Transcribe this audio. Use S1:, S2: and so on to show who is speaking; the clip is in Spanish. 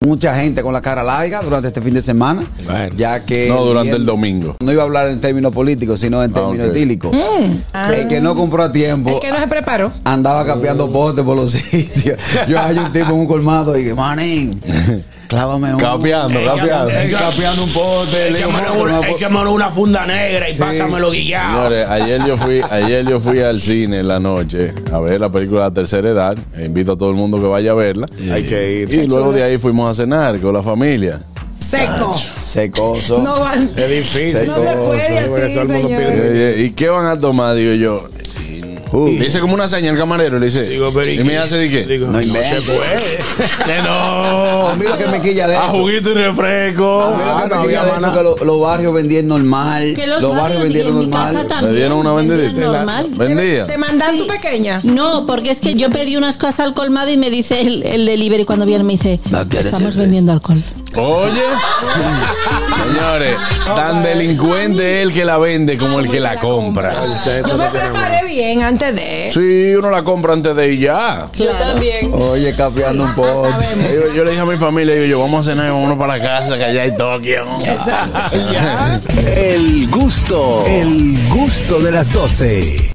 S1: mucha gente con la cara larga durante este fin de semana,
S2: Bueno.
S1: ya que...
S2: No, durante
S1: viene-
S2: el domingo.
S1: No iba a hablar en términos políticos, sino en
S2: Ah,
S1: términos
S2: ok.
S1: etílicos. El que no compró a tiempo...
S3: Mm.
S4: Pues,
S3: El que no se preparó.
S1: Andaba
S5: Oh.
S1: capeando postes por los sitios. Yo hay un tipo en un colmado y dije, manín, clávame un.
S2: Capeando, capeando.
S1: Eh, capeando un poste. Le digo, "Maestro, no, pues,
S5: Hay que
S1: por-".
S5: armar una funda negra y pásamelo guillado.
S2: Señores, ayer yo fui, ayer yo fui al cine en la noche a ver la película La Tercera Edad. E Invito a todo el mundo que vaya a verla.
S1: Hay que ir.
S2: Y luego de ahí fuimos a cenar con la familia.
S3: Seco.
S1: Secoso.
S3: No va-
S1: Es difícil.
S3: No se puede así, señor.
S2: Eh, eh, ¿Y qué van a tomar? Digo yo. Y- Le Dice como una señal el camarero, y le dice.
S5: Digo, pero
S2: y me hace de qué?
S5: Digo, no, se
S1: inventes.
S5: puede. Que
S1: A
S5: no.
S1: mí lo que me quilla de
S5: A
S1: eso.
S5: juguito y
S1: A
S5: refresco.
S1: mí lo
S5: Ah,
S1: que
S5: no
S1: me quilla
S5: había
S1: de eso
S5: maná.
S1: es que lo- los barrios vendían normal.
S4: Que los,
S1: barrios vendieron
S4: en mi
S1: normal.
S4: casa también.
S2: dieron una
S4: vendida
S2: vendidita.
S4: normal.
S2: Vendía.
S3: Te mandan tu
S4: Sí.
S3: pequeña.
S4: No, porque es que yo pedí unas cosas al colmado y me dice el, el delivery cuando viene me dice,
S1: No quieres
S4: estamos
S1: el-
S4: vendiendo alcohol.
S2: Oye, señores, tan delincuente el que la vende como el que la compra.
S3: Yo me preparé bien antes de.
S2: Sí, uno la compra antes de ir ya.
S4: Yo también.
S1: Oye, capeando un poste.
S2: Yo, yo le dije a mi familia, digo yo, vamos a cenar y vámonos para casa, que allá hay Tokio.
S3: Exacto.
S6: El gusto, el gusto de las 12.